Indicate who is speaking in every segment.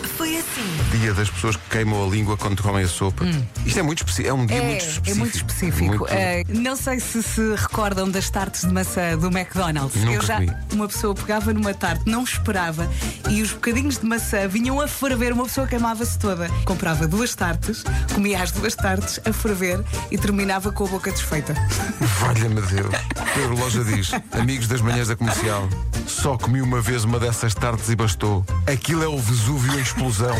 Speaker 1: assim.
Speaker 2: Dia das pessoas que queimam a língua quando comem a sopa. Isto é muito específico. É um dia muito específico.
Speaker 1: Hum. é muito específico.
Speaker 2: Muito-
Speaker 1: Eh, não sei se se recordam das tartes de maçã do McDonald's.
Speaker 2: Nunca
Speaker 1: Eu já
Speaker 2: comi.
Speaker 1: uma pessoa pegava numa tarte, não esperava e os bocadinhos de maçã vinham a ferver. Uma pessoa queimava-se toda. Comprava duas tartes, comia as duas tartes a ferver e terminava com a boca desfeita.
Speaker 2: Valha-me Deus. Pedro Loja diz: Amigos das manhãs da comercial, só comi uma vez uma dessas tardes e bastou. Aquilo é o Vesúvio em explosão.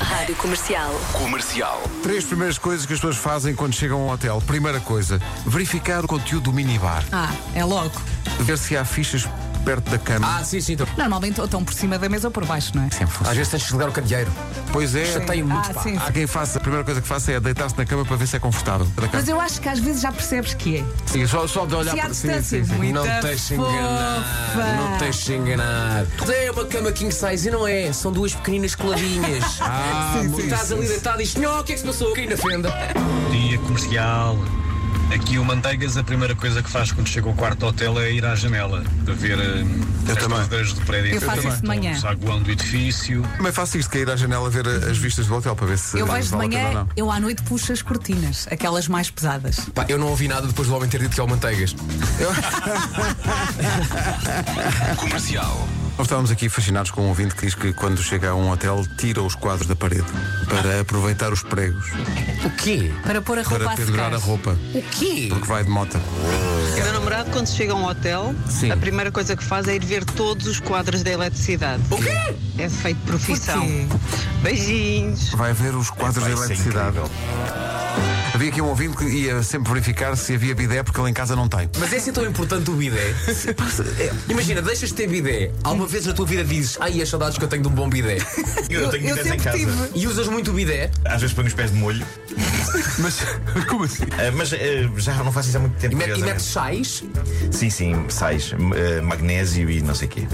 Speaker 3: Rádio Comercial.
Speaker 4: Comercial.
Speaker 2: Três primeiras coisas que as pessoas fazem quando chegam ao hotel. Primeira coisa, verificar o conteúdo do minibar.
Speaker 1: Ah, é logo.
Speaker 2: Ver se há fichas perto da cama.
Speaker 5: Ah, sim, sim. Então.
Speaker 1: Normalmente ou estão por cima da mesa ou por baixo, não é?
Speaker 2: Sempre funciona.
Speaker 5: Às vezes tens de ligar o candeeiro.
Speaker 2: Pois é.
Speaker 5: Já tenho muito,
Speaker 1: ah,
Speaker 5: pá.
Speaker 1: sim,
Speaker 2: Há
Speaker 1: sim.
Speaker 2: quem faça, a primeira coisa que faça é deitar-se na cama para ver se é confortável. Da cama.
Speaker 1: Mas eu acho que às vezes já percebes que é.
Speaker 2: Sim, só, só de olhar
Speaker 1: Se há
Speaker 2: para
Speaker 1: distância, muito
Speaker 5: não tens de
Speaker 1: fofa.
Speaker 5: enganar. Não tens de enganar. É uma cama king size e não é. São duas pequeninas coladinhas.
Speaker 2: Ah,
Speaker 1: Sim,
Speaker 2: muito
Speaker 1: sim,
Speaker 5: Estás ali deitado e diz: Não, o que é que se passou? Caí na fenda.
Speaker 6: Dia comercial. Aqui o Manteigas, a primeira coisa que faz quando chega ao quarto do hotel é ir à janela para ver hum, as
Speaker 2: também.
Speaker 6: torres do prédio. Então,
Speaker 1: Eu faço isso de manhã.
Speaker 6: O saguão do edifício.
Speaker 2: Também faço isto, que é ir à janela ver a- as vistas do hotel para ver se
Speaker 1: Eu
Speaker 2: vale
Speaker 1: vejo de
Speaker 2: a pena ou
Speaker 1: manhã,
Speaker 2: não.
Speaker 1: eu à noite puxo as cortinas, aquelas mais pesadas.
Speaker 5: Pá, eu não ouvi nada depois do homem ter dito que é o Manteigas.
Speaker 4: Comercial.
Speaker 2: Nós estávamos aqui fascinados com um ouvinte que diz que quando chega a um hotel tira os quadros da parede para aproveitar os pregos,
Speaker 5: O quê?
Speaker 1: Para pôr a roupa
Speaker 2: para
Speaker 1: a
Speaker 2: pendurar
Speaker 1: secar.
Speaker 2: a roupa,
Speaker 5: O quê?
Speaker 2: porque vai de mota.
Speaker 7: O meu namorado, quando chega a um hotel,
Speaker 2: Sim.
Speaker 7: a primeira coisa que faz é ir ver todos os quadros da eletricidade.
Speaker 5: O quê?
Speaker 7: É feito profissão.
Speaker 1: Porquê?
Speaker 7: Beijinhos.
Speaker 2: Vai ver os quadros da
Speaker 4: ser
Speaker 2: eletricidade. Havia aqui um ouvinte que ia sempre verificar se havia bidé porque ele em casa não tem.
Speaker 5: Mas é assim tão importante o bidé? Imagina, deixas de ter bidé. Alguma vez na tua vida dizes, ai, as saudades que eu tenho de um bom bidé.
Speaker 4: Eu, tenho
Speaker 1: eu
Speaker 4: bidés em
Speaker 1: sempre
Speaker 4: casa.
Speaker 1: tive.
Speaker 5: E usas muito o bidé?
Speaker 4: Às vezes ponho os pés de molho.
Speaker 2: Mas como assim?
Speaker 4: Ah, mas ah, já não faço isso há muito tempo.
Speaker 5: E, met, e
Speaker 4: curiosamente.
Speaker 5: metes sais?
Speaker 4: Sim, sim, sais. ah, magnésio e não sei o quê.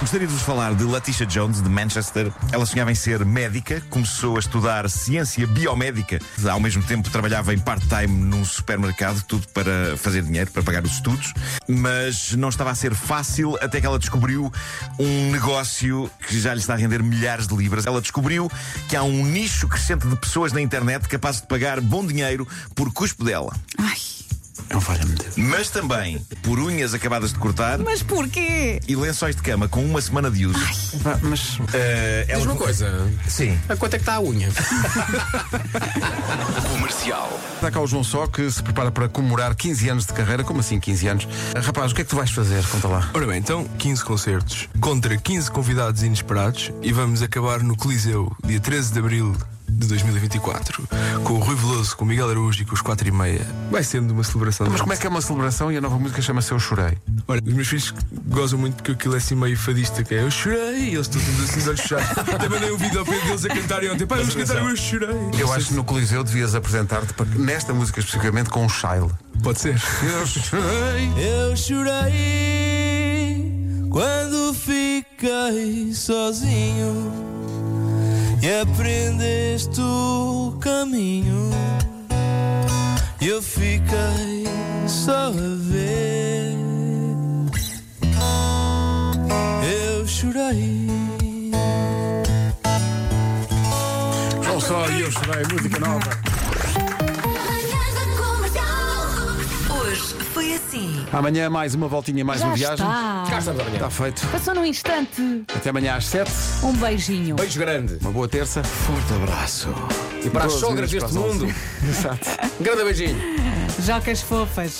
Speaker 4: Gostaria de vos falar de Letitia Jones, de Manchester. Ela sonhava em ser médica, começou a estudar ciência biomédica. Ao mesmo tempo trabalhava em part-time num supermercado, tudo para fazer dinheiro, para pagar os estudos. Mas não estava a ser fácil até que ela descobriu um negócio que já lhe está a render milhares de libras. Ela descobriu que há um nicho crescente de pessoas na internet capazes de pagar bom dinheiro por cuspo dela.
Speaker 1: Ai,
Speaker 4: Mas também por unhas acabadas de cortar
Speaker 1: mas porquê?
Speaker 4: e lençóis de cama com uma semana de uso.
Speaker 2: Ah, Mas
Speaker 4: Eh, ela-
Speaker 5: Diz uma coisa.
Speaker 4: Sim.
Speaker 5: A quanto é que está a unha?
Speaker 2: está cá o João Só que se prepara para comemorar 15 anos de carreira. Como assim 15 anos? Rapaz, o que é que tu vais fazer? Conta lá.
Speaker 8: Ora bem, então 15 concertos contra 15 convidados inesperados e vamos acabar no Coliseu, dia 13 de Abril de 2024, com o Rui Veloso, com o Miguel Araújo e com os 4 e meia. Vai sendo uma celebração.
Speaker 2: Mas como é que é uma celebração e a nova música chama-se Eu Chorei?
Speaker 8: Olha, os meus filhos gozam muito porque aquilo é assim meio fadista, que é eu chorei, e eles estão todos assim de olhos fechados. Também dei um vídeo ao pé deles a cantarem ontem, pá, eles cantaram eu chorei.
Speaker 2: Eu acho que no Coliseu devias apresentar-te, para- nesta música especificamente, com um Shile.
Speaker 8: Pode ser.
Speaker 2: Eu chorei.
Speaker 9: Eu chorei quando fiquei sozinho e aprendeste o caminho. Eu fiquei só a ver. Eu chorei.
Speaker 2: João Só e Eu Chorei, música nova.
Speaker 3: Hoje foi assim.
Speaker 2: Amanhã mais uma voltinha, mais uma viagem.
Speaker 5: Cá estamos amanhã.
Speaker 2: Está feito.
Speaker 1: Passou num instante.
Speaker 2: Até amanhã às 7.
Speaker 1: Um beijinho.
Speaker 5: Beijo grande.
Speaker 2: Uma boa terça. Forte abraço.
Speaker 5: E para as
Speaker 2: Doze
Speaker 5: sogras
Speaker 2: minutos
Speaker 5: deste
Speaker 2: para as
Speaker 5: mundo,
Speaker 2: Exato.
Speaker 5: grande beijinho.
Speaker 1: Jocas fofas.